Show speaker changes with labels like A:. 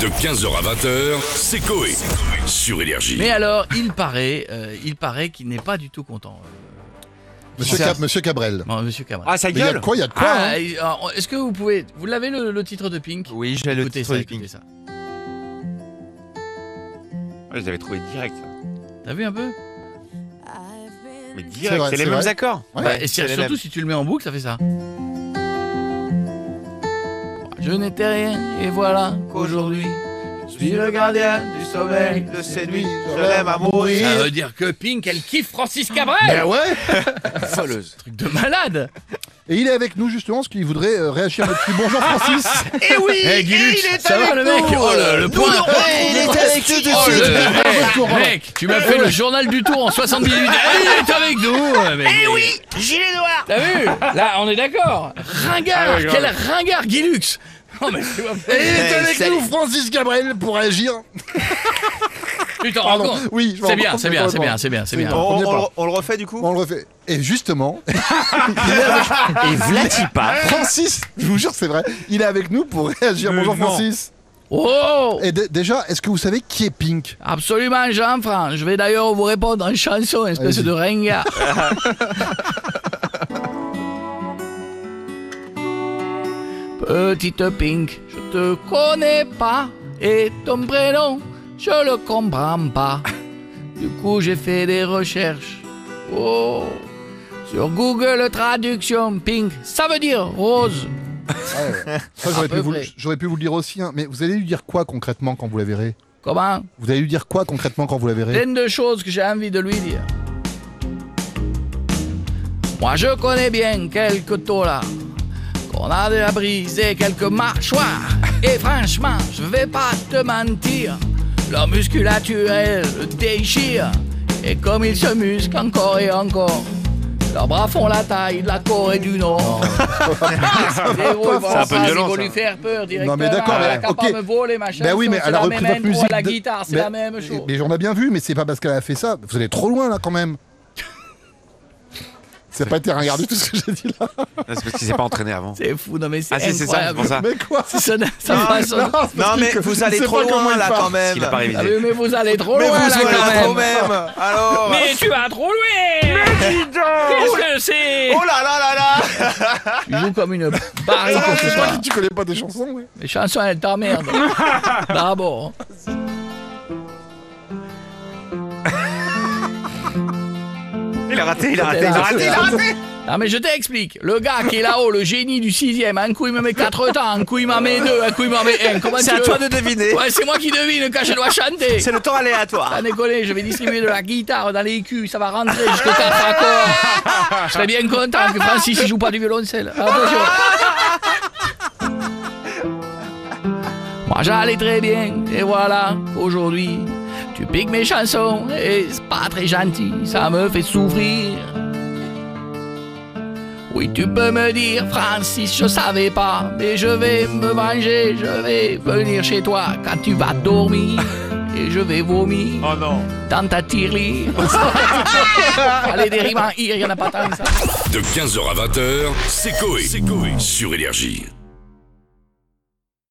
A: De 15h à 20h, c'est Coé. Sur Énergie.
B: Mais alors, il paraît, euh, il paraît qu'il n'est pas du tout content.
C: Monsieur,
B: Ça-
C: Cap- Monsieur Cabrel.
B: Bon, monsieur Cabrel.
D: Ah, ça
C: Mais il y a de
D: gueule
C: quoi, il y a de quoi hein
B: Ah, et, alors, est-ce que vous pouvez, vous l'avez le, le titre de Pink
D: Oui, j'ai le
B: Écoutez
D: titre
B: ça,
D: de
B: écoutez
D: Pink.
B: ça.
D: Ouais, je l'avais trouvé direct. ça.
B: T'as vu un peu
D: Mais
C: C'est
D: direct,
C: vrai,
D: c'est les
C: c'est
D: mêmes
C: vrai.
D: accords.
C: Ouais.
B: Bah, et si-
D: c'est les
B: surtout
D: mêmes.
B: si tu le mets en boucle, ça fait ça. Je n'étais rien et voilà qu'aujourd'hui je suis le gardien du sommeil.
D: de ces nuits, je l'aime à mourir.
B: Ça veut dire que Pink, elle kiffe Francis
C: Ben
B: Cabrel.
C: ouais
D: Foleuse.
B: Truc de malade.
C: Et il est avec nous justement parce qu'il voudrait euh, réagir là-dessus. Bonjour Francis
B: Eh oui.
C: Eh, Guilux,
B: il est
C: ça
B: avec
C: va,
B: le mec. Oh le, le point.
C: Il est avec tout de
B: Oh, le-
C: Bravo, Coran.
B: Mec, tu m'as fait le journal du tour en 78 minutes. Eh, Il est avec nous. Eh oui, gilet noir. T'as vu Là, on est d'accord.
C: Ah,
B: Ringard, quel ringard, Guilux. Non mais tu vois,
C: Et il est avec
D: salut.
C: nous Francis Cabrel pour réagir.
B: tu t'en rends
C: Pardon.
B: compte.
C: Oui, je
B: Oh,
C: m'en
B: C'est
C: rends
B: bien,
C: compte,
B: c'est
C: mais
B: bien, c'est
C: complètement.
B: bien, c'est bien, c'est bien.
D: On,
C: Oh, On y est
D: on
C: pas.
D: le- on le refait du coup
C: On le refait. Et justement,
D: Et
B: Ah.
D: Vlatipa.
C: Francis, je vous jure c'est vrai, il est avec nous pour réagir.
D: Mais
C: Bonjour
D: non.
C: Francis.
B: Oh
C: Et dé- déjà, est-ce que vous savez qui est Pink
B: Absolument, Jean-Franc. Je vais d'ailleurs vous répondre en chanson, espèce
C: Allez-y.
B: de ringard. Petite Pink, je te connais pas et ton prénom, je le comprends pas. Du coup, j'ai fait des recherches. Oh Sur Google Traduction, Pink, ça veut dire rose.
C: Ça, j'aurais
B: À Ah,
C: pu,
B: peu
C: vous-
B: près.
C: j'aurais pu vous le dire aussi, hein, mais vous allez lui dire quoi concrètement quand vous la verrez
B: Comment
C: Vous allez lui dire quoi concrètement quand vous la verrez
B: plein de choses que j'ai envie de lui dire. Moi, je connais bien quelques taulas qu'on a déjà brisé quelques mâchoires. Et franchement, je vais pas te mentir, leur musculature, elle le déchire. Et comme ils se musclent encore et encore, leurs bras font la taille de la Corée du Nord.
D: C'est un peu violent,
B: Il faut
D: ça.
B: lui faire peur directement. Ah,
C: mais d'accord,
B: elle
C: mais-
B: est capable
C: ok.
B: de me voler, machin.
C: Bah oui, mais
B: c'est
C: elle a
B: la
C: repris
B: même intro à
C: votre musique.
B: la
C: de-
B: guitare, c'est
C: mais-
B: la même chose.
C: Mais j'en ai bien vu, mais c'est pas parce qu'elle a fait ça. Vous allez trop loin là quand même. C'est pas été regardé tout ce que j'ai dit là.
D: C'est parce qu'il s'est pas entraîné avant.
B: C'est fou, non mais c'est
D: Ah si, c'est ça, c'est
B: incroyable.
D: pour ça. Ah,
C: Mais quoi
B: C'est ça, ça passe.
C: Non, c'est
D: Non
C: parce
D: mais
C: que-
D: vous
C: c'est
D: allez
C: pas
D: trop
C: comment
D: loin
C: il
D: là
C: parle.
D: quand même.
E: Il a pas révisé.
B: Ah oui, mais vous allez trop
D: Mais
B: loin
D: vous
B: là
D: allez
B: quand
D: trop
B: même.
D: même. Alors.
B: Mais tu vas trop loin. Mais dis donc. Qu'est-ce que c'est
D: Oh là là là là
B: Tu joues comme une barre pour ce
C: Je crois
B: soir.
C: que Tu connais pas des chansons, ouais.
B: Les chansons elles t'emmerdent. Bah D'abord.
D: Il a raté, il a raté,
B: C'était
D: il
B: là.
D: a raté, il a raté.
B: Non Ah, mais je t'explique. Le gars qui est là-haut, le génie du sixième, un coup il me met quatre temps, un coup il m'en met deux, un coup il m'en met un. Comment
D: C'est
B: tu
D: à
B: veux
D: toi de deviner.
B: Ouais, c'est moi qui devine quand je dois chanter.
D: C'est le temps aléatoire.
B: Pas déconner, je vais distribuer de la guitare dans les culs, ça va rentrer jusqu'au 4 accords. Je serais bien content que Francis il joue pas du violoncelle. Attention. Moi j'allais très bien, et voilà, aujourd'hui, tu piques mes chansons, et c'est pas très gentil, ça me fait souffrir. Oui, tu peux me dire, Francis, je savais pas, mais je vais me manger, je vais venir chez toi quand tu vas dormir, et je vais vomir
D: Oh non.
B: dans ta tirelire. Allez, des rimes en ir, il n'y en a pas tant que ça.
A: De 15h à 20h, c'est Coé. Sur Énergie.